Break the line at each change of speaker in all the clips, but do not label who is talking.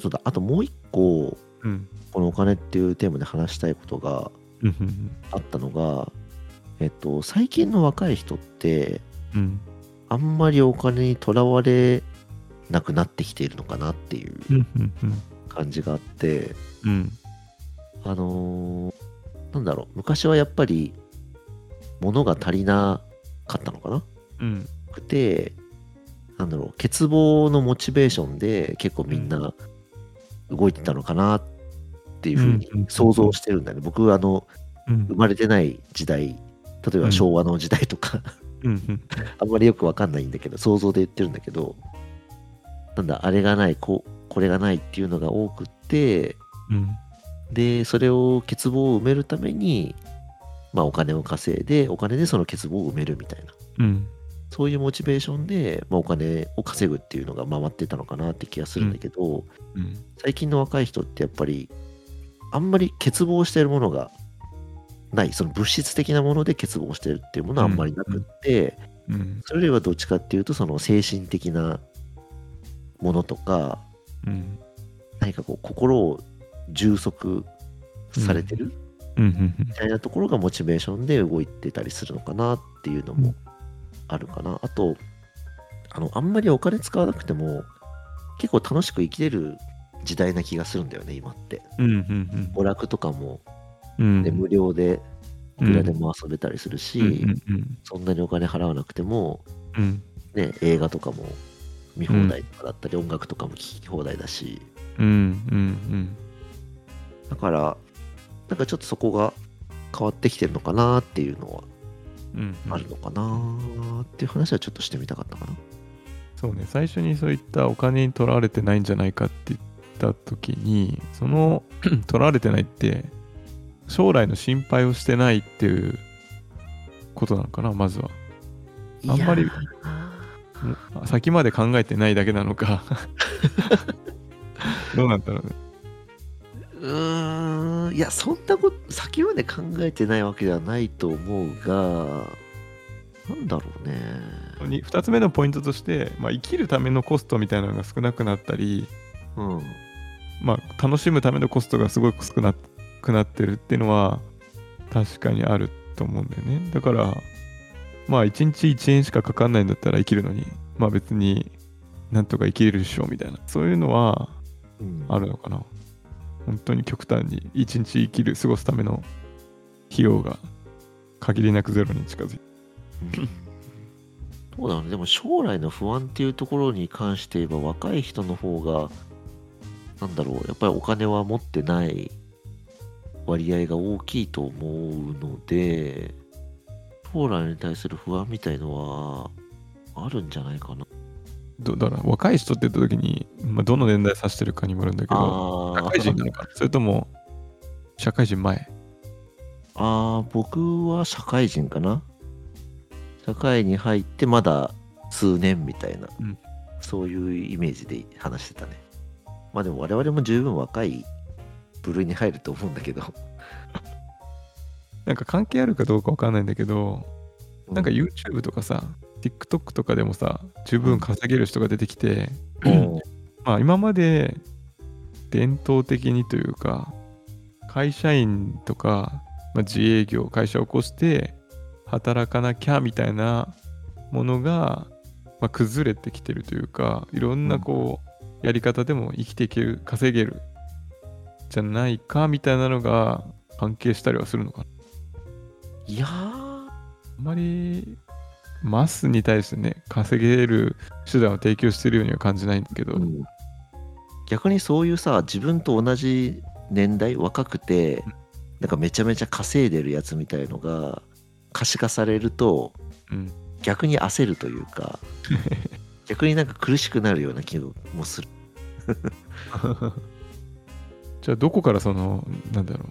そうだあともう一個
うん。
このお金っていうテーマで話したいことが
うんうん
あったのが、えっと、最近の若い人って
うん。うん
あんまりお金にとらわれなくなってきているのかなっていう
うんうんうん
感じがあって
うん
あのーなんだろう昔はやっぱり物が足りなかったのかな
うん
くてなんだろう欠乏のモチベーションで結構みんな動いてたのかなっていうふうに
うんうん
想像してるんだよね、僕あの
うん
生まれてない時代例えば昭和の時代とか、
うん
あんまりよくわかんないんだけど想像で言ってるんだけどなんだあれがないここれがないっていうのが多くって
うん
でそれを欠乏を埋めるためにまあお金を稼いでお金でその欠乏を埋めるみたいな
うん
そういうモチベーションで、まあ、お金を稼ぐっていうのが回ってたのかなって気がするんだけど、
うん
最近の若い人ってやっぱりあんまり欠乏してるものがないその物質的なもので欠乏してるっていうものはあんまりなくって、
うん
それよりはどっちかっていうとその精神的なものとか
うん
何かこう心を充足されてる
うん
みたいなところがモチベーションで動いてたりするのかなっていうのもあるかな。あと、あの、あんまりお金使わなくても結構楽しく生きれる時代な気がするんだよね、今って。
うんうん
娯楽とかも、
うん
ね、無料でい
うん
くらでも遊べたりするし、
うんうん
そんなにお金払わなくても、
うん
ね、映画とかも見放題とかだったり、音楽とかも聴き放題だし、
うんうん
だから、なんかちょっとそこが変わってきてるのかなっていうのは
うんうん
あるのかなっていう話はちょっとしてみたかったかな。
そうね最初にそういったお金に取られてないんじゃないかって言った時にその取られてないって将来の心配をしてないっていうことなのかなまずはあんまり
いや
もう先まで考えてないだけなのか どうなんだろうね
ーうーんいやそんなこと先まで考えてないわけではないと思うがなんだろうね
に2つ目のポイントとして、まあ、生きるためのコストみたいなのが少なくなったり、
うん
まあ、楽しむためのコストがすごく少なくなってるっていうのは確かにあると思うんだよねだからまあ1日1円しかかかんないんだったら生きるのにまあ別になんとか生きれるでしょみたいなそういうのは
うん
あるのかな本当に極端に一日生きる過ごすための費用が限りなくゼロに近づいて
うん そうだねでも将来の不安っていうところに関して言えば若い人の方がなんだろうやっぱりお金は持ってない割合が大きいと思うので将来に対する不安みたいのはあるんじゃないかな
どだから若い人って言った時に、まあ、どの年代指してるかにもよるんだけど
あ
社会人なのかそれとも社会人前
あー僕は社会人かな社会に入ってまだ数年みたいな、
うん
そういうイメージで話してたねまあでも我々も十分若い部類に入ると思うんだけど
なんか関係あるかどうかわかんないんだけど、なんか YouTube とかさ、TikTok とかでもさ、十分稼げる人が出てきて、
うん
まあ今まで伝統的にというか、会社員とか、まあ、自営業、会社を起こして働かなきゃみたいなものが、まあ、崩れてきてるというか、いろんなこう、やり方でも生きていける、稼げるじゃないかみたいなのが関係したりはするのかな。
いやー
あんまりマスに対してね稼げる手段を提供してるようには感じないんだけど、
うん逆にそういうさ自分と同じ年代若くてなんかめちゃめちゃ稼いでるやつみたいのが可視化されると
うん
逆に焦るという か逆になんか苦しくなるような気もする
じゃあどこからそのなんだろう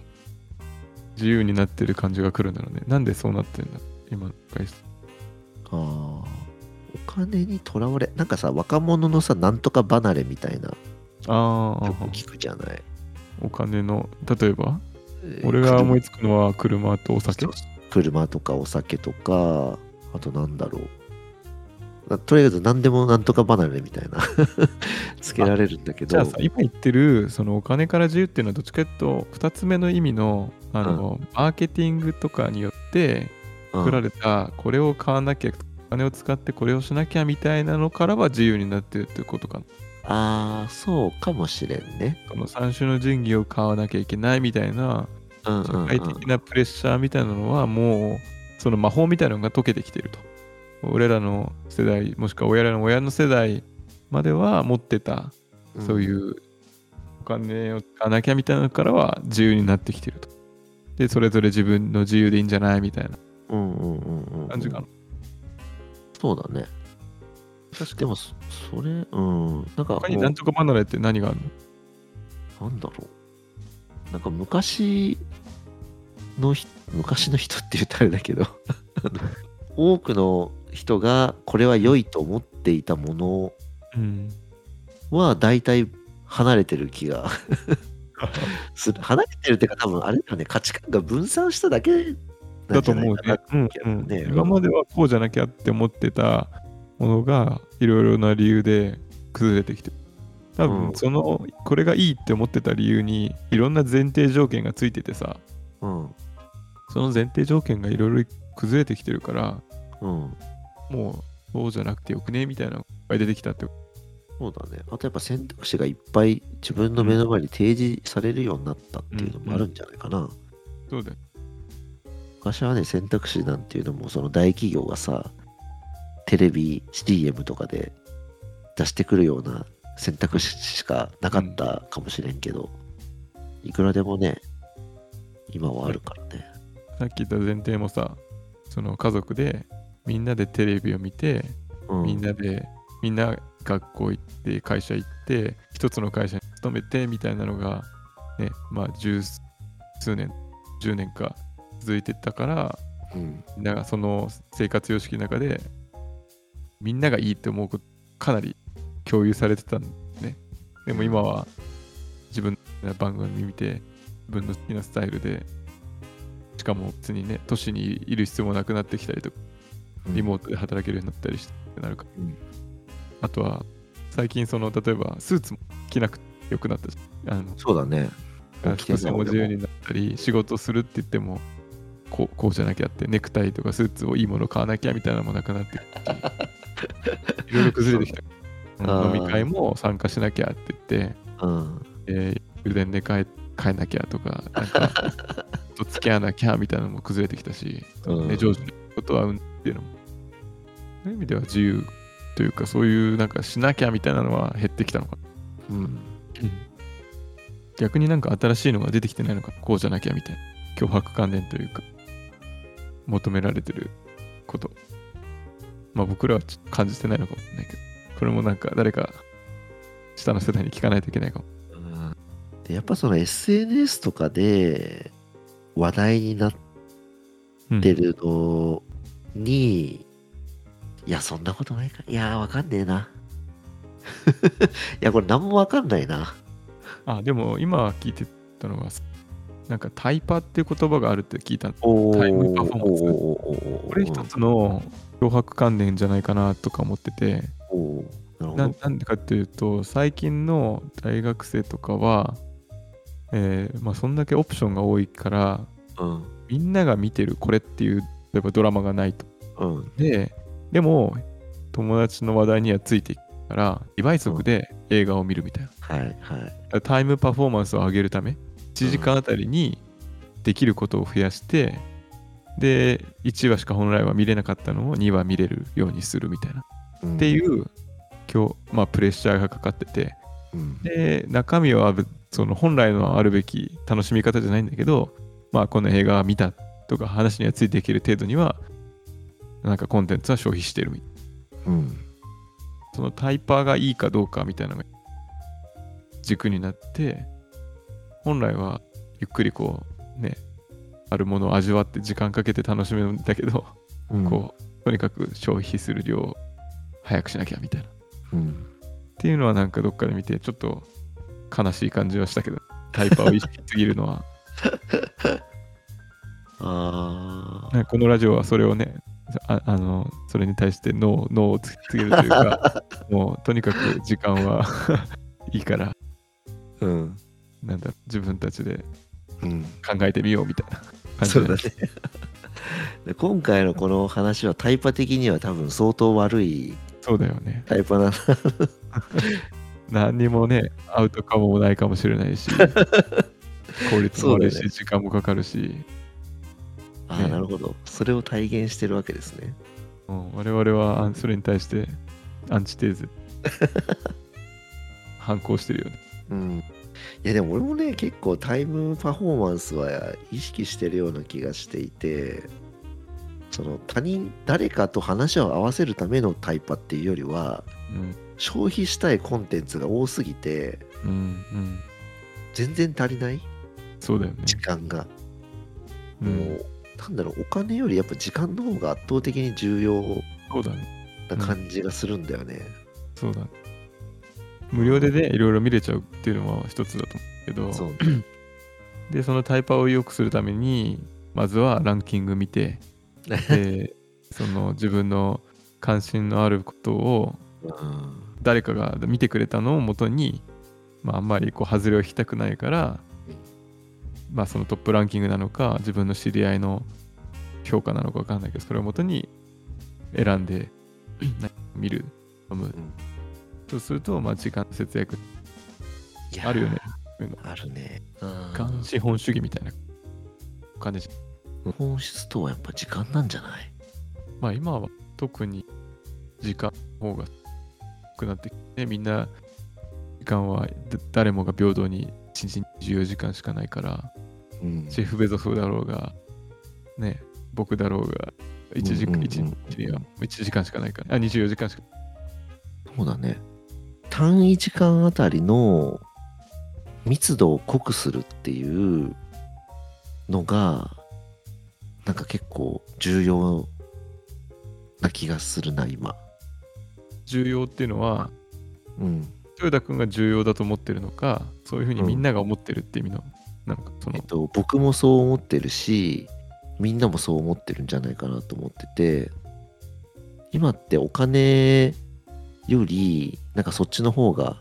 自由になってる感じが来るんだろうねなんでそうなってんだ今の会社
あお金にとらわれなんかさ若者のさなんとか離れみたいな
ああ
曲聞くじゃない
お金の例えば俺が思いつくのは車とお酒
車とかお酒とかあとなんだろうなとりあえず何でもなんとか離れみたいな つけられるんだけ
じゃ
ど
あさ、今言ってるそのお金から自由っていうのはどっちかというと2つ目の意味のあの、マーケティングとかによって
うん
作られたこれを買わなきゃお金を使ってこれをしなきゃみたいなのからは自由になってるってことかな
ああそうかもしれんね。
この三種の神器を買わなきゃいけないみたいな
うんう
社
んうん
会的なプレッシャーみたいなのはもうその魔法みたいなのが解けてきてると俺らの世代もしくは親らの親の世代までは持ってたそうい
うん。
うお金を使わなきゃみたいなのからは自由になってきてると。で、それぞれ自分の自由でいいんじゃないみたいな
うんうんうんうんうん
感じかな。
そうだね。
確
でもそ、それ、うん。なんかも
他
う、
になんとか離れって何があるの
なんだろう。なんか昔のひ、昔の人って言ったらあれだけど、あ の多くの人がこれは良いと思っていたもの
うん。
は大体離れてる気が する。離れてるっていうか多分あれだよね、価値観が分散しただけな
だ
んじ
と
ゃない
思う
かな
ね。うんうん
ね
今まではこうじゃなきゃって思ってたものがいろいろな理由で崩れてきてる。多
う
分
ん
その、これがいいって思ってた理由にいろんな前提条件がついててさ、
うん。
その前提条件がいろいろ崩れてきてるから、
うん。
もうそうじゃなくてよくねみたいなのがいっぱい出てきたってこと
そうだね。あとやっぱ選択肢がいっぱい自分の目の前に提示されるようになったっていうのもあるんじゃないかな。
そうだよ
昔はね、選択肢なんていうのも、その大企業がさ、テレビ、CM とかで出してくるような選択肢しかなかったかもしれんけど、いくらでもね、今はあるからね。
さっき言った前提もさその家族でみんなでテレビを見て、
うん、
みんなでみんな学校行って会社行って一つの会社に勤めてみたいなのがねまあ十数年10年か続いてったから
うん、
みんながその生活様式の中でみんながいいって思うことかなり共有されてたんですねでも今は自分の番組見て自分の好きなスタイルでしかも別にね都市にいる必要もなくなってきたりとかリモートで働けるようになったりしてなるから、
うん
あとは最近その例えばスーツも着なくてよくなったしあの
そうだね。もう着てん
服
だ
装も自由になったり仕事するって言ってもこうこうじゃなきゃってネクタイとかスーツをいいもの買わなきゃみたいなのもなくなってき ていろいろ崩れてきた
あ
うん
ー
飲み会も参加しなきゃって言って、
うん。
えー、油田で帰帰んなきゃとかなんか と付き合わなきゃみたいなのも崩れてきたし、
うん
ね、上司のことはうんっていうのもそういう意味では自由というかそういうなんかしなきゃみたいなのは減ってきたのかな
うん。
逆になんか新しいのが出てきてないのかこうじゃなきゃみたいな脅迫観念というか求められてることまあ僕らはちょっと感じてないのかもしれないけどこれもなんか誰か下の世代に聞かないといけないかも
うんでやっぱその SNS とかで話題になっ
うん
てるのに、いや、そんなことないか。いやー、わかんねえな。 いや、これ何もわかんないな。
あでも今聞いてたのがなんかタイパっていう言葉があるって聞いたの
お
タイムパフォーマンス
こ
これ一つの脅迫観念じゃないかなとか思ってて
おーなるほ
な
ど。
なんでかっていうと最近の大学生とかは、えーまあ、そんだけオプションが多いから
うん。
みんなが見てるこれっていう例えばドラマがないと
うん。
ででも友達の話題にはついていくから2倍速で映画を見るみたいな
はい、はい。
だからタイムパフォーマンスを上げるため1時間あたりにできることを増やしてで1話しか本来は見れなかったのを2話見れるようにするみたいな
うん
っていう今日、まあ、プレッシャーがかかってて
うん。
で中身はその本来のあるべき楽しみ方じゃないんだけど、まあ、この映画見たとか話にはついていける程度にはなんかコンテンツは消費してるみたいな
うん。
そのタイパーがいいかどうかみたいなのが軸になって本来はゆっくりこうねあるものを味わって時間かけて楽しめるんだけど、
うん
こうとにかく消費する量を早くしなきゃみたいな
うん。
っていうのはなんかどっかで見てちょっと悲しい感じはしたけどタイパーを意識しすぎるの は
ああ。
なんかこのラジオはそれをねああのそれに対してノーノーをつつけるというかもうとにかく時間は いいから
うん。
なんだ自分たちで
うん。
考えてみようみたいな感じ
そうだね
ね。
で今回のこの話はタイパ的には多分相当悪い
そうだよね
タイパな
何にもねアウトカムもないかもしれな いし効率も悪いし、
そうだ
時間もかかるし、
ああなるほどそれを体現してるわけですね
うん、我々はあそれに対してアンチテ ーゼ反抗してるよね
うんいやでも俺もね結構タイムパフォーマンスは意識してるような気がしていてその他人誰かと話を合わせるためのタイパっていうよりは
うん
消費したいコンテンツが多すぎて
うんうん
全然足りない
そうだよね、
時間が、
う
も
ん、
うなんだろうお金よりやっぱ時間の方が圧倒的に重要
そうだね
な感じがするんだよね、
そうだね無料でねいろいろ見れちゃうっていうのは一つだと思うけ
そ
ど
うね
でそのタイパを良くするためにまずはランキング見てでその自分の関心のあることを
うん
誰かが見てくれたのをもとに、まあ、あんまりこう外れを引きたくないから、まあ、そのトップランキングなのか自分の知り合いの評価なのか分かんないけどそれをもとに選んで見る飲む、
ん
そうすると、まあ、時間節約
いやー
あるよね
あるねうん
時間資本主義みたいな感じ
本質とはやっぱ時間なんじゃない
まあ今は特に時間の方が多くなってきてみんな時間はだ誰もが平等に1日24時間しかないから
うん
シェフ・ベゾフだろうがね僕だろうが1時
うんうんう
間
ん
一日が1時間しかないからあ24時間しか
そうだね。単位時間あたりの密度を濃くするっていうのが、なんか結構重要な気がするな、今。
重要っていうのは
うん。
豊田君が重要だと思ってるのかそういうふうにみんなが思ってるって意味の、なんかそ
え
の
っと、僕もそう思ってるし、みんなもそう思ってるんじゃないかなと思ってて、今ってお金より、なんかそっちの方が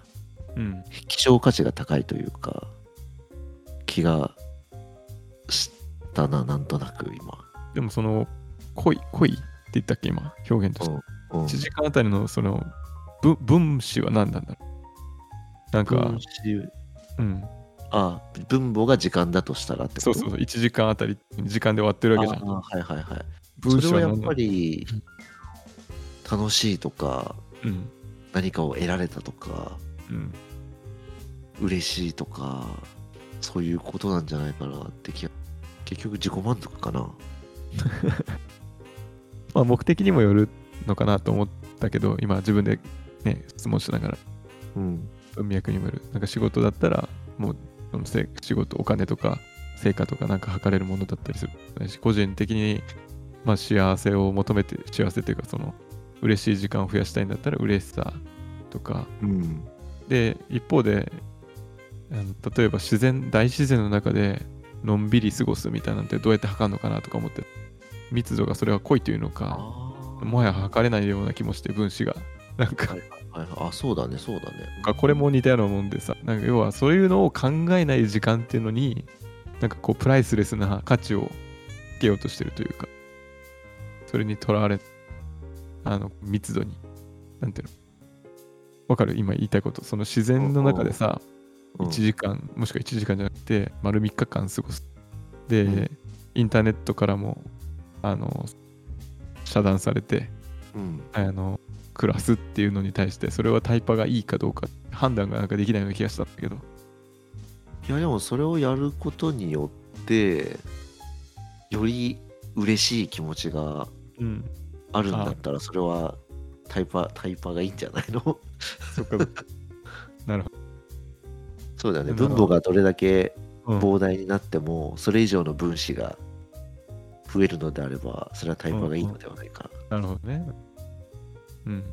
うん
希少価値が高いというか気がしたななんとなく今、
でもその恋恋って言ったっけ今表現として。
うん、
1時間あたりのその分分子は何なんだろうなんか
分、子
うん、
あ分母が時間だとしたらってこと
そうそうそう1時間あたり時間で終わってるわけじゃん
あはいはいはいそ
分
れ
子
は
は
やっ
何な
ぱ
んだろ
り楽しいとか
う、うん
何かを得られたとか
うん、
嬉しいとかそういうことなんじゃないかなって気が結局自己満足かな
まあ目的にもよるのかなと思ったけど今自分でね質問しながら
うん
文脈にもよるなんか仕事だったらもうそのせ仕事お金とか成果とかなんか測れるものだったりするし個人的にまあ幸せを求めて幸せっていうかその嬉しい時間を増やしたいんだったら嬉しさとか
うん
で一方であの例えば自然大自然の中でのんびり過ごすみたいなんてどうやって測るのかなとか思って密度がそれは濃いというのか
あ
もはや測れないような気もして分子がなん
あ
か
はいはいはいあそうだねそうだね
なんかこれも似たようなもんでさなんか要はそういうのを考えない時間っていうのになんかこうプライスレスな価値をつけようとしてるというかそれにとらわれあの密度になんていうのわかる今言いたいことその自然の中でさ、
うん
1時間、もしくは1時間じゃなくて丸3日間過ごすで、
うん
インターネットからもあの遮断されて
うん
あの暮らすっていうのに対してそれはタイパがいいかどうか判断がなんかできないような気がしたんだけど
いやでもそれをやることによってより嬉しい気持ちが
うん
あるんだったらそれはタイパタイパがいいんじゃないの
そ っかなるほ
そうだよね
なる
分
ほ
母
ど
がどれだけ
ど、うん
膨大になってもそれ以上の分子が増えるのであればそれはタイパがいいのではないか
なるほどねうん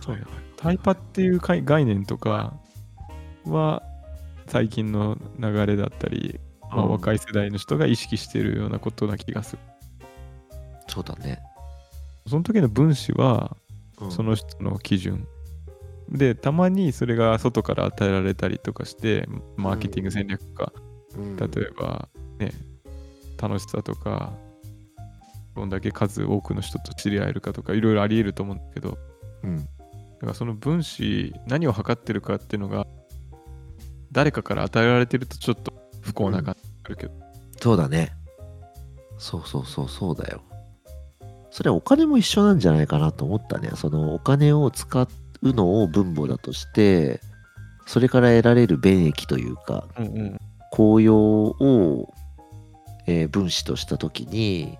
そう
はい
だタイパっていう概概念とかは最近の流れだったり、まあ、
うん
若い世代の人が意識してるようなことな気がする
そうだね
その時の分子は
うん
その人の基準。で、たまにそれが外から与えられたりとかして、マーケティング戦略とか、
うん
例えばね、楽しさとか、どんだけ数多くの人と知り合えるかとか、いろいろあり得ると思うんだけど、
うん
だからその分子、何を測ってるかっていうのが、誰かから与えられてるとちょっと不幸な感じがあるけど、
そうだねそうそうそうそうだよそれはお金も一緒なんじゃないかなと思ったねそのお金を使うのを分母だとしてそれから得られる便益というか
うんうん
紅葉を、えー分子とした時に、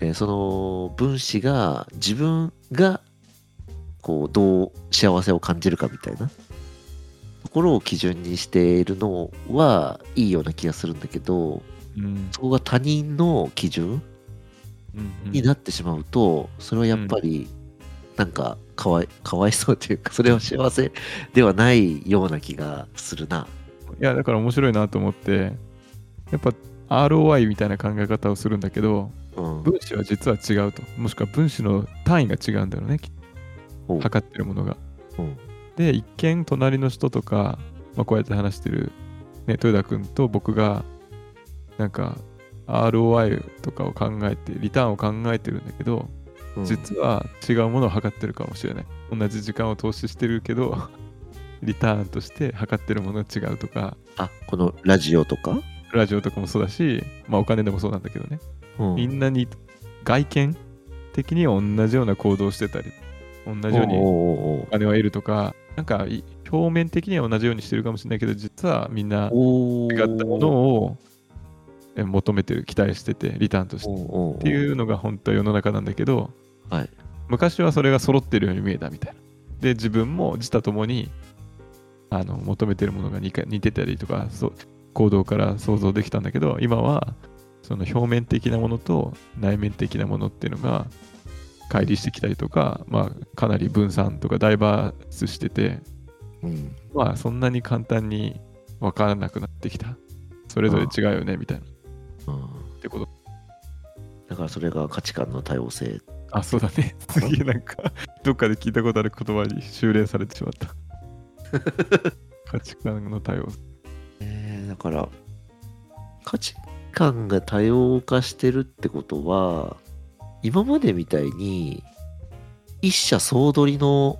えーその分子が自分がこうどう幸せを感じるかみたいなところを基準にしているのはいいような気がするんだけど
うん
そこが他人の基準
うん
になってしまうとそれはやっぱりなんかかわいかわいそうというかそれは幸せではないような気がするな。
いやだから面白いなと思ってやっぱ ROI みたいな考え方をするんだけど
うん、
分子は実は違うともしくは分子の単位が違うんだろうねきっ
お
と測ってるものが
うん
で一見隣の人とか、まあ、こうやって話してる、ね、豊田君と僕がなんか ROI とかを考えてリターンを考えてるんだけど
うん
実は違うものを測ってるかもしれない同じ時間を投資してるけどリターンとして測ってるものが違うとか
あこのラジオとか、
ラジオとかもそうだし、まあ、お金でもそうなんだけどね、
うん
みんなに外見的には同じような行動をしてたり同じようにお
お
金を得るとかなんかい表面的には同じようにしてるかもしれないけど実はみんな
お
違ったものをえ求めてる期待しててリターンとしてっ
をって。
いううのが本当は世の中なんだけど、
はい
昔はそれが揃ってるように見えたみたいなで自分も自他ともにあの求めてるものが似か似てたりとかそう行動から想像できたんだけど今はその表面的なものと内面的なものっていうのが乖離してきたりとか、まあ、かなり分散とかダイバースしてて、
うん
まあ、そんなに簡単に分からなくなってきたそれぞれ違うよねみたいな
うん
ってこと
だからそれが価値観の多様性。
あそうだねすげえなんかどっかで聞いたことある言葉に修練されてしまった価値観の対応
えーだから価値観が多様化してるってことは今までみたいに一社総取りの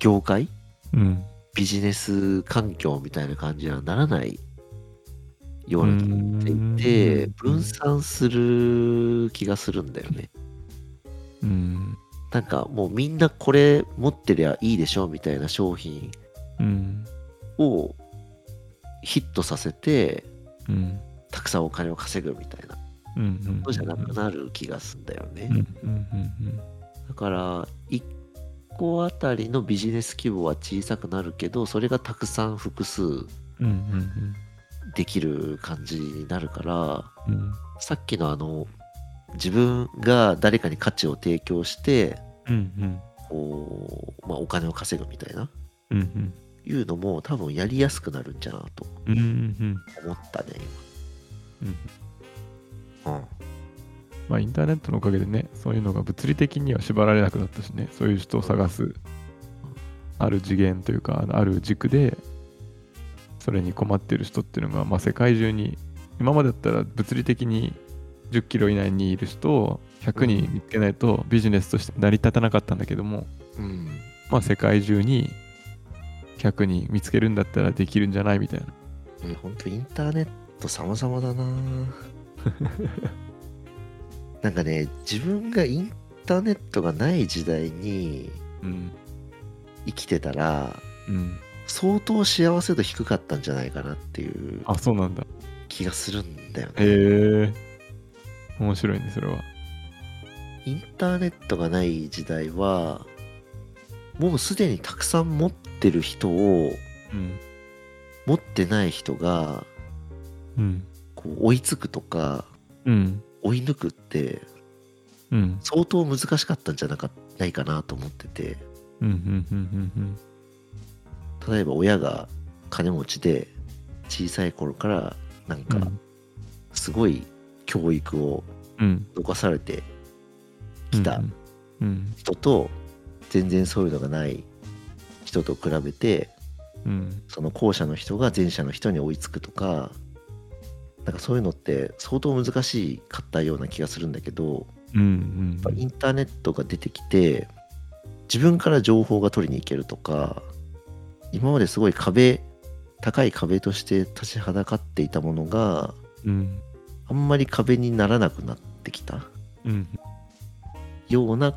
業界
うん
ビジネス環境みたいな感じにはならないような気がしていて
うん
分散する気がするんだよね。
うん
なんかもうみんなこれ持ってりゃいいでしょみたいな商品
うん
をヒットさせて
うん
たくさんお金を稼ぐみたいな
うん
ことじゃなくなる気がするんだよね
うんう。ん
だから1個あたりのビジネス規模は小さくなるけどそれがたくさん複数
うんうんうん
できる感じになるから
うん
さっきのあの自分が誰かに価値を提供して
うん
こう、まあ、お金を稼ぐみたいな
うんうん
いうのも多分やりやすくなるんじゃなと
うんうん
思ったね
うん
今。うん
まあインターネットのおかげでねそういうのが物理的には縛られなくなったしねそういう人を探すある次元というかある軸でそれに困ってる人っていうのが、まあ、世界中に今までだったら物理的に10キロ以内にいる人を100人見つけないとビジネスとして成り立たなかったんだけども、
うん
まあ、世界中に100人見つけるんだったらできるんじゃないみたいな
ね、ほんとインターネット様々だ ななんかね自分がインターネットがない時代に
うん
生きてたら
うん
相当幸せ度低かったんじゃないかなっていう
あそうなんだ
気がするんだよね
へえ面白いねそれは
インターネットがない時代はもうすでにたくさん持ってる人を
うん
持ってない人が
うん
こう追いつくとか
うん
追い抜くって
うん
相当難しかったんじゃなかないかなと思ってて
うんうんうんうん
例えば親が金持ちで小さい頃からなん
う
か
ん
すごい教育を
うん
残されて来た
うんうん
人と全然そういうのがない人と比べて
うん
その後者の人が前者の人に追いつくとかなんかそういうのって相当難しかったような気がするんだけど
うんうん
やっぱインターネットが出てきて自分から情報が取りに行けるとか今まですごい壁高い壁として立ちはだかっていたものが
うん
あんまり壁にならなくなってきた
うん
ような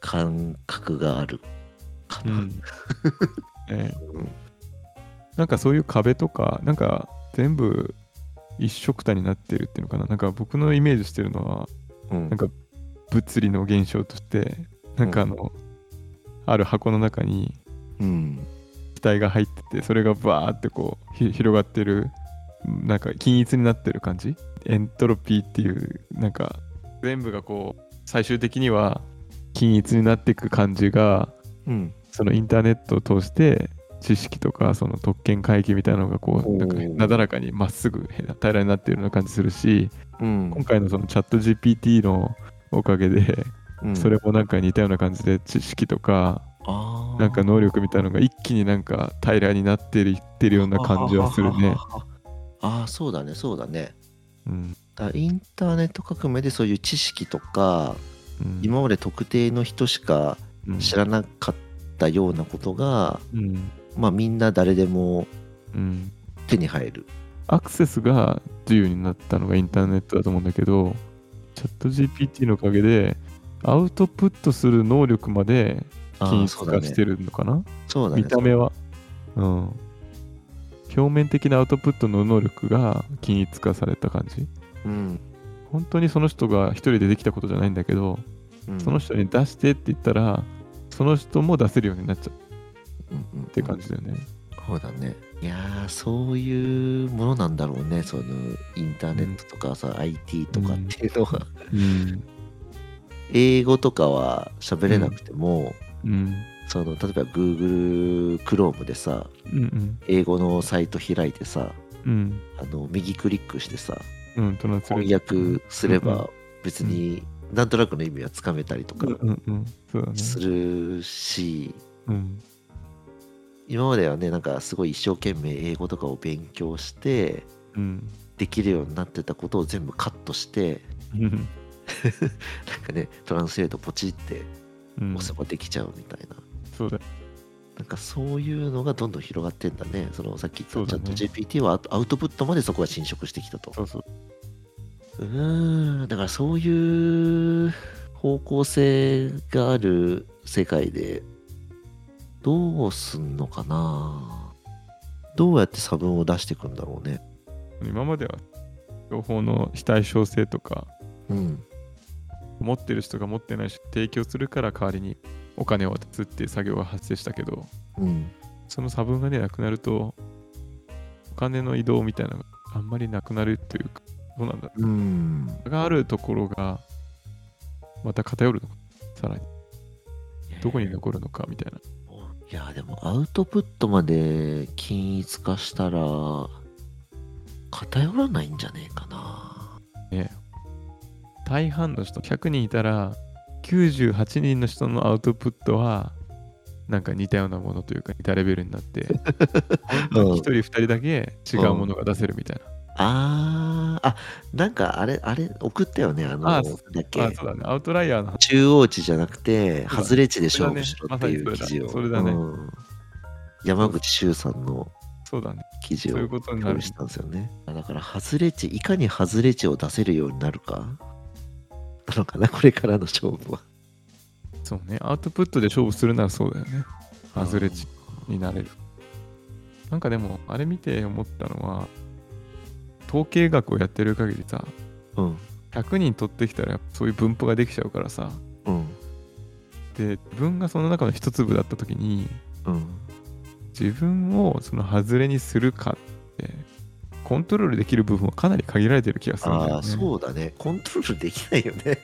感覚があるか
う
な。
んねなんかそういう壁とかなんか全部一緒くたになってるっていうのかななんか僕のイメージしてるのは
うん
なんか物理の現象としてなんかあの、ある箱の中に
うん
機体が入っててそれがバーってこうひ広がってるなんか均一になってる感じエントロピーっていうなんか全部がこう最終的には均一になっていく感じが
うん
そのインターネットを通して知識とかその特権階級みたいなのがこう
おー
なんかなだらかにまっすぐ平らになっているような感じするし
うん
今回のそのチャット GPT のおかげで
うん
それもなんか似たような感じで知識とか
あー
なんか能力みたいなのが一気になんか平らになってるいってるような感じはするね。。
ああ、そうだね、そうだね。
うん
だからインターネット革命でそういう知識とか、
うん
今まで特定の人しか
うん
知らなかったようなことが、
うん
まあみんな誰でも
うん
手に入る。
アクセスが自由になったのがインターネットだと思うんだけどチャット GPT のおかげでアウトプットする能力まで
あ
均
あ、
一
そうだ
化
ね
し。てるのかな、
そうだね。
見た目は。うん表面的なアウトプットの能力が均一化された感じ
うん。
本当にその人が一人でできたことじゃないんだけど、
うん
その人に出してって言ったらその人も出せるようになっちゃ
う
う
んうん
って感じだよね。
そうだね。いやーそういうものなんだろうね、そのインターネットとかさ、IT とかっていうのは。
うん
英語とかは喋れなくても、
うん
その例えば Google Chrome でさ
うん
英語のサイト開いてさ
うん
あの右クリックしてさ
うんトランスレー
翻
ト
訳すれ
うん
ば別になんとなくの意味はつかめたりとか
うんうんそうだね。
するし
うん
今まではねなんかすごい一生懸命英語とかを勉強して
うん
できるようになってたことを全部カットして
うん
なんかねトランスレートポチって
うん
押せばできちゃうみたいな。
そうだ
なんかそういうのがどんどん広がってんだね。そのさっき言った
そ
チャ
う
ッ
だ
ト
ね
GPT はアウトアウトプットまでそこが侵食してきたと。
そうそう
うーん、だからそういう方向性がある世界で、どうすんのかなどうやって差分を出していくんだろうね。
今までは情報の非対称性とか
うん。
持ってる人が持ってない人提供するから代わりにお金を渡すっていう作業が発生したけど
うん。
その差分がねなくなるとお金の移動みたいなのがあんまりなくなるというかどうなんだろ
うん。
うがあるところがまた偏るのかさらにどこに残るのかみたいない
や、でもアウトプットまで均一化したら、偏らないんじゃねえかな。
大半の人100人いたら98人の人のアウトプットはなんか似たようなものというか似たレベルになって
うん
1人2人だけ違うものが出せるみたいな、
あーあ、なんかあれ、あれ、送ったよね、あの、
あ
な
あ
んだっけ、
あそうだねアウトライヤーの
中央値じゃなくて、
そうだね
外れ値で勝負しろっていう
ま
記
さにそれ
事を。
だそれだね
うん山口周さんの
そうだね
記事
そういう
を
ことにな
共
る
有したんですよね。あだから、外れ値、いかに外れ値を出せるようになるか、なのかな、これからの勝負は。
そうねアウトプットで勝負するならそうだよね外れ値になれるなんかでもあれ見て思ったのは統計学をやってる限りさ
うん、
100人取ってきたらやっぱそういう分布ができちゃうからさ
うん、
で自分がその中の一粒だった時に
うん。
自分をその外れにするかってコントロールできる部分はかなり限られてる気がするんだ
あ
よ
あ、
ね。
そうだね。コントロールできないよね。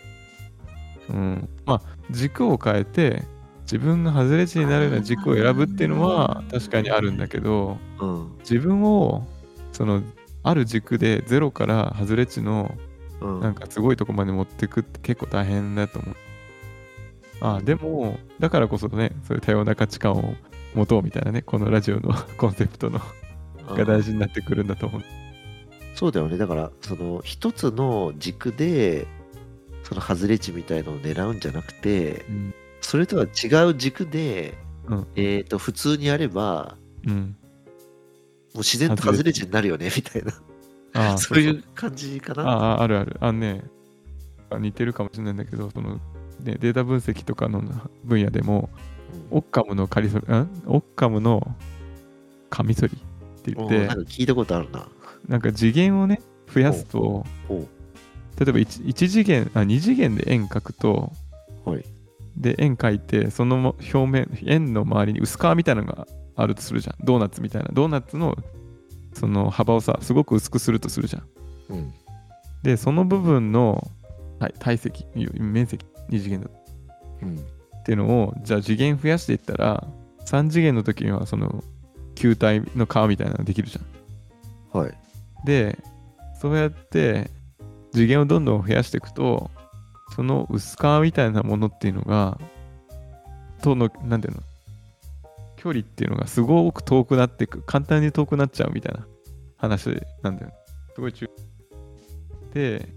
うん、まあ軸を変えて自分が外れ値になるような軸を選ぶっていうのは確かにあるんだけど
うん、
自分をそのある軸でゼロから外れ値の
うん。
なんかすごいとこまで持ってくって結構大変だと思う。あでもだからこそねそういう多様な価値観を持とうみたいなねこのラジオの コンセプトのが大事になってくるんだと思う
そうだよねだからその一つの軸でその外れ値みたいのを狙うんじゃなくて
うん、
それとは違う軸で、
うん
えっ、と普通にやれば
うん、
もう自然と外れ値になるよねみたいな
あ あ
そういう感じかな
あああるあるあのね似てるかもしれないんだけどその、ね、データ分析とかの分野でも
うん
オッカムのカリソリんオッカムのカミソリって言
お
っ
ー
て
なんか聞いたことあるな
なんか次元をね増やすと
おう
例えば 1, 次元あ2次元で円描くと
はい
で円描いてその表面円の周りに薄皮みたいなのがあるとするじゃんドーナツみたいなドーナツのその幅をさすごく薄くするとするじゃん
うん
でその部分の、はい、体積い面積2次元だ
うん
っていうのをじゃあ次元増やしていったら3次元の時にはその球体の皮みたいなのができるじゃん
はい
でそうやって次元をどんどん増やしていくとその薄皮みたいなものっていうのがとのなんていうの距離っていうのがすごく遠くなってく簡単に遠くなっちゃうみたいな話なんだよねすごい中で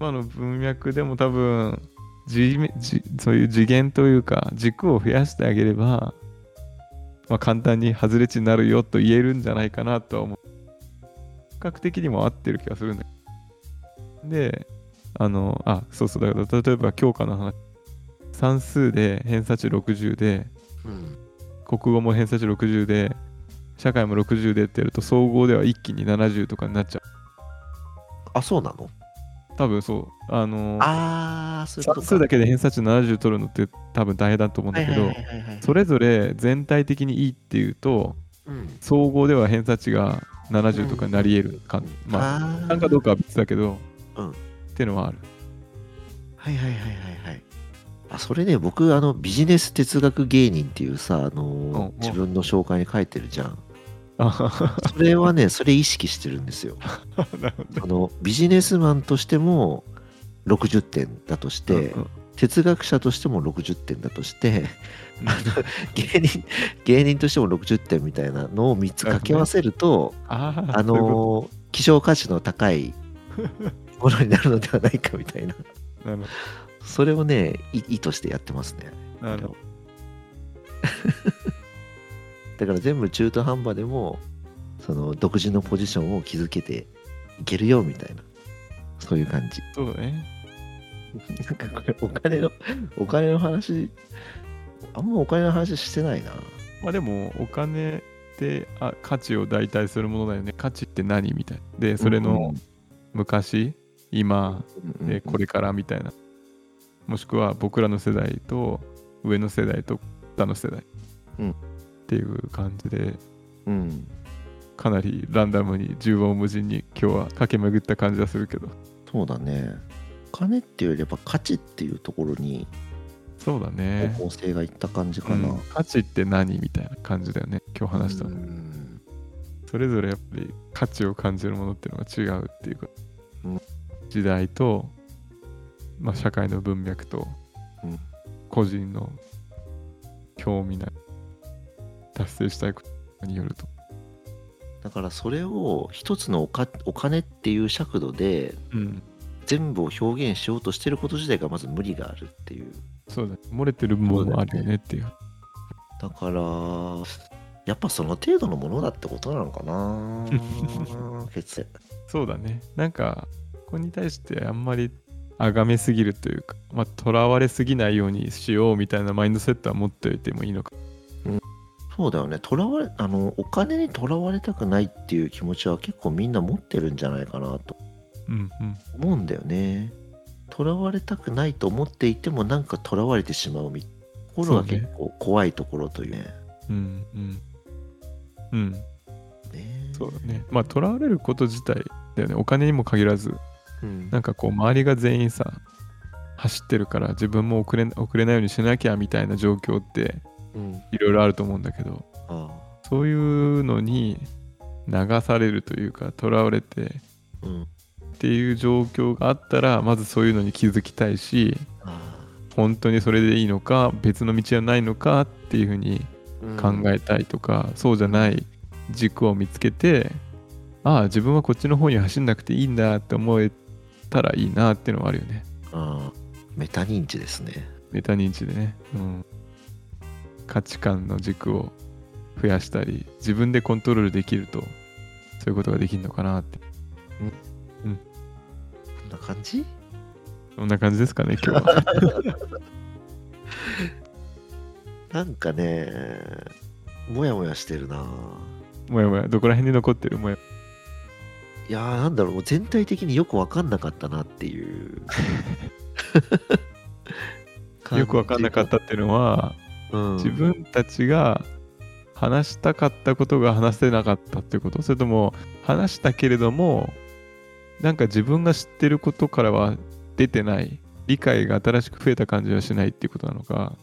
今の文脈でも多分じじそういう次元というか軸を増やしてあげれば、まあ、簡単に外れ値になるよと言えるんじゃないかなとは思う感覚的にも合ってる気がするんだけど。で、あの、あ、そうそう、だから例えば教科の話、算数で偏差値60で、
うん
国語も偏差値60で、社会も60でってやると、総合では一気に70とかになっちゃう。
あそうなの
多分そう、あの、
ああそういうこ
算
とか
数だけで偏差値70取るのって多分大変だと思うんだけ
は
ど
い、はいはいはいはい
それぞれ全体的にいいっていうと、
うん
総合では偏差値が70とかになり得るか、まあ、
あー
なんかどうかは別だけど、
うん
っていうのはある。
はいはいはいはいはい。あそれね、僕、あの、ビジネス哲学芸人っていうさ、あ
うんう
の
ん、
自分の紹介に書いてるじゃん。
あ
それはね、それ意識してるんですよ。
なるほ
あの、ビジネスマンとしても60点だとして、
うんうん
哲学者としても60点だとして、あの芸人、芸人としても60点みたいなのを3つ掛け合わせると、
あー
あ
そういう
の、
こ
希少価値の高 いものになるのではないかみたいな。
となる
それをね、い意図してやってますね。
なるほど
だから全部中途半端でもその独自のポジションを築けていけるよみたいなそういう感じ
そうだね。
なんかこれお金の お金の話あんまお金の話してないな
まあでも、お金ってあ価値を代替するものだよね。価値って何みたいな。で、それの昔、今、で、これからみたいな。もしくは僕らの世代と上の世代と下の世代。
うん
っていう感じで、
うん
かなりランダムに縦横無尽に今日は駆け巡った感じはするけど。
そうだねお金っていうよりやっぱ価値っていうところに
そうだね。
方向性がいった感じか
う
な、
ん価値って何みたいな感じだよね。今日話したの。
うん
それぞれやっぱり価値を感じるものっていうのが違うっていうか、
うん
時代と、まあ、社会の文脈と、
うん
個人の興味なり達成したいことによると
だからそれを一つのおかお金っていう尺度で
うん
全部を表現しようとしてること自体がまず無理があるっていう
そうだね漏れてるものもあるよねっていう
だからやっぱその程度のものだってことなのかな 決
そうだねなんかここに対してあんまり崇めすぎるというかまあとらわれすぎないようにしようみたいなマインドセットは持っておいてもいいのか
そうだよねとらわれあのお金にとらわれたくないっていう気持ちは結構みんな持ってるんじゃないかなと
うんうん
思うんだよねとらわれたくないと思っていてもなんかとらわれてしまうみたいなところが
そうね
結構怖いところというね
うんうんうん
ね
そうだね。まあ、とらわれること自体だよね。お金にも限らず、
うん
なんかこう、周りが全員さ、走ってるから自分も遅れ遅れないようにしなきゃみたいな状況って
うん
いろいろあると思うんだけど、
あ
そういうのに流されるというか、とらわれて
あうん
っていう状況があったら、まずそういうのに気づきたいし、
あ
本当にそれでいいのか別の道はないのかっていうふうに考
え
えたいとか、そうじゃない軸を見つけてああ自分はこっちの方に走んなくていいんだって思えたらいいなっていうのはあるよね
ああメタ認知ですね
メタ認知でね、うん、価値観の軸を増やしたり自分でコントロールできるとそういうことができるのかなって
こんな感じ
そんな感じですかね今日は
なんかねもやもやしてるな
もやもやどこら辺に残ってるもや
いやーなんだろうもう全体的によく分かんなかったなっていう
よく分かんなかったっていうのは
うん
自分たちが話したかったことが話せなかったってことそれとも話したけれどもなんか自分が知ってることからは出てない理解が新しく増えた感じはしないっていうことなのか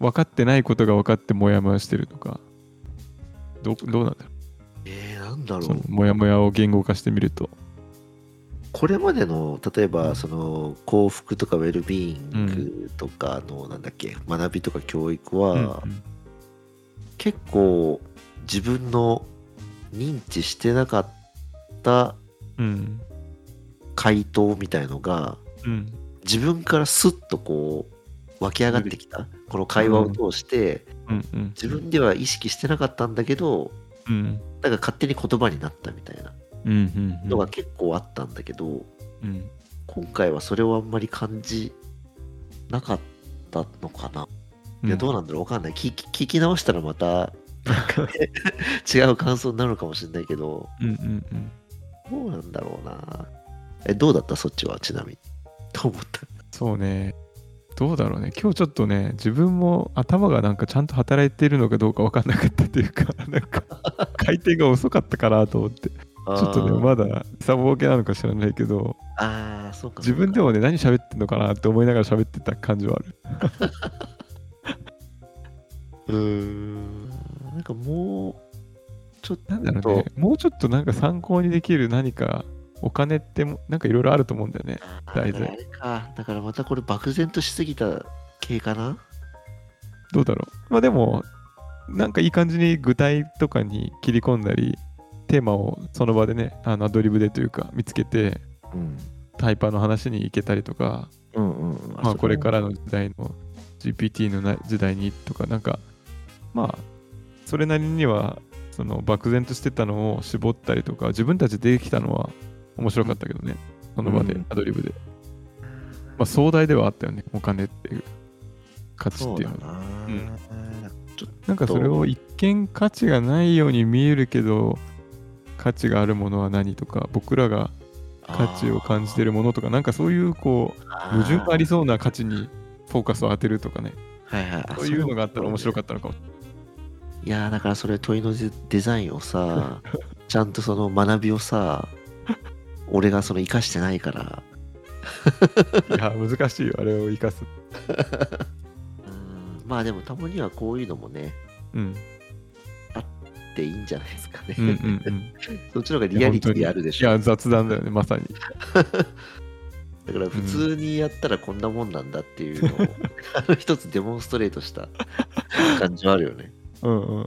分かってないことが分かってモヤモヤしてるとかどうどうなんだろ
えー、なんだ
う
ろ
そうのモヤモヤを言語化してみると
これまでの例えばその幸福とかウェルビーイングとかのなんだっけ学びとか教育は
うん
結構自分の認知してなかった
うん
回答みたいのが
うん
自分からスッとこう湧き上がってきたこの会話を通して
うんうん
自分では意識してなかったんだけど
うん
だから勝手に言葉になったみたいな
うんうんうん
のが結構あったんだけど
うん
今回はそれをあんまり感じなかったのかな
うん
いやどうなんだろうわかんない聞き聞き直したらまたなんか ね違う感想になるかもしれないけど
うんうんうん
どうなんだろうなえどうだったそっちはちなみ にと思った
そうね。どうだろうね。今日ちょっとね、自分も頭がなんかちゃんと働いているのかどうか分かんなかったっていうか、 なんか回転が遅かったかなと思って、ち
あー
ょっとね、まだサボボケなのか知らないけど、
あーそうか
自分で
も
もね、何喋ってんのかなって思いながら喋ってた感じはある。
うーんなんかもうちょっと
なんだろうね、もうちょっとなんか参考にできる何か、お金ってもなんかいろいろあると思うんだよね。
あー
大
だ
事
からあれかだからまたこれ漠然としすぎた系かな
どうだろう。まあでも、なんかいい感じに具体とかに切り込んだり、テーマをその場でね、あのアドリブでというか見つけて、
うん
タイパーの話に行けたりとか、
うんうん
まあ、これかららの時代の GPT のな時代にとかなんかまあそれなりにはその漠然としてたのを絞ったりとか自分たちでできたのは面白かったけどね、その場で、
うん
アドリブで、まあ、壮大ではあったよねお金っていう価値
そ
っ
う
ていう
だ
のは
な、
なんかそれを一見価値がないように見えるけど価値があるものは何とか僕らが価値を感じて
る
るものとかなんかそういうこう矛盾があり
そ
そうな価値にフォーカスを当てるとかね
うはいはいあ
そういうのがあったら面白か
っ
ったのかも
たいやーだからそれ問いのデデザインをさちゃんとその学びをさ俺がその生かしてないから
いや難しいよあれを生かす
うーんまあでもたまにはこういうのもね
うん
っていいんじゃないですかね、
うんうんうん
そっちの方がリアリティあるでし
い
ょ
や雑談だよねまさに
だから普通にやったらこんなもんなんだっていうのを、あの一つデモンストレートした感じはあるよね
うんうん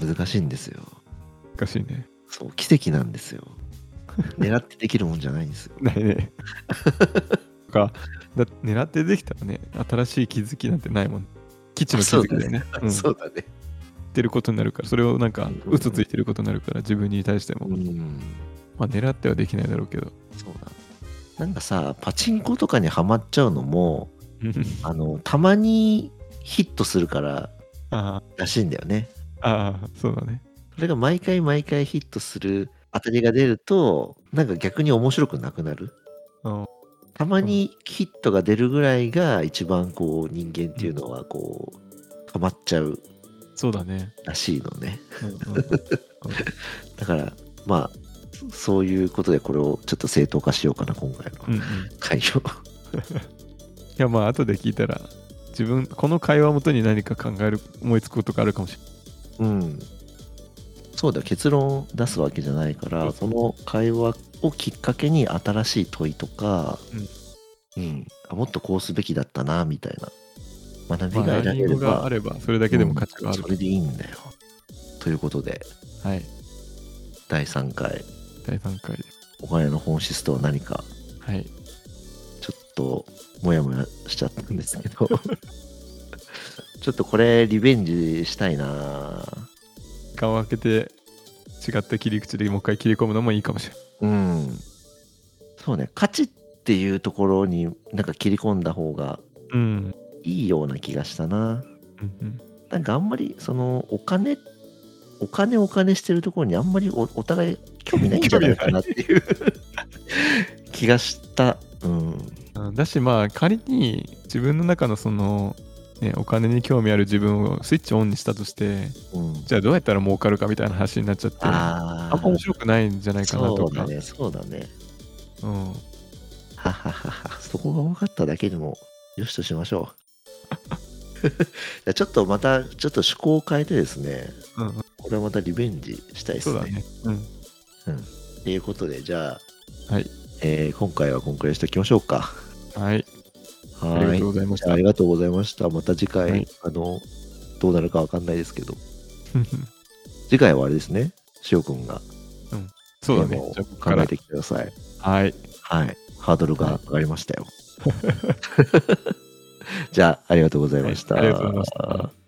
うん
難しいんですよ
難しいね
そう奇跡なんですよ狙ってできるもんじゃないんですよ
ない ねとかだ狙ってできたらね新しい気づきなんてないもん基地の気づきだよねうん知 っ
そうだね
てることになるからそれをなんか
うん
嘘ついてることになるから自分に対しても、
うん
まあ狙ってはできないだろうけど
そうだなんかさパチンコとかにはまっちゃうのもあのたまにヒットするから
あ
らしいんだよね
あああそうだね
それが毎回毎回ヒットする当たりが出るとなんか逆に面白くなくなる
うん
たまにヒットが出るぐらいが一番こう人間っていうのはこうハマっちゃう
そうだね、
らしいのね
うんうん
だからまあそそういうことでこれをちょっと正当化しようかな今回の
うんうん、い
会を、
やまあ後で聞いたら自分この会話をもとに何か考える思いつくことがあるかもしれない
うん、そうだよ結論出すわけじゃないからこの会話をきっかけに新しい問いとか、
うん
うん、あもっとこうすべきだったなみたいな学び
ま
が
あ、
得ら
ランニ
れ
ン
れ
グ
ば、
があれば、それだけでも価値がある
うん。それでいいんだよということで
はい。
第3回
第3回です。
お金の本質とは何か
はい。
ちょっとモヤモヤしちゃったんですけ どちょっとこれリベンジしたいな
時間を空けて、違った切り口でもう一回切り込むのもいいかもしれない。
うんそうね価値っていうところになんか切り込んだ方が
うん。
いいような気がしたな
うんうん、
なんかあんまりそのお金お金お金してるところにあんまりおお互い興味ないんじゃないかなって いう気がしたうん
うんだしまあ仮に自分の中のその、ね、お金に興味ある自分をスイッチオンにしたとして
うん
じゃあどうやったら儲かるかみたいな話になっちゃってあ
あ
んま面白くないんじゃないいかな
そ
と
うだ
か、
ねそうだね
うん、
ははははそこが分かっただけでもよしとしましょう じゃあちょっとまたちょっと趣向を変えてですね
うんうん
これはまたリベンジしたいです
そう
ね
だね、うん、
ということでじゃあ、
はい
えー今回はこんくらいにしておきましょうか
はいあり
は
が
い
とうございまし
じゃあ
た
ありがとうございました。また次回、
はい
あの、どうなるかわかんないですけど、次回はあれですね、しおくんが
そうだ
テー
ね
マを
じゃあここ
考
か
え
ら
てきてください。
はい
はい。ハードルが上が りましたよ。じゃあ、ありがとうございました。
はいありがとうございました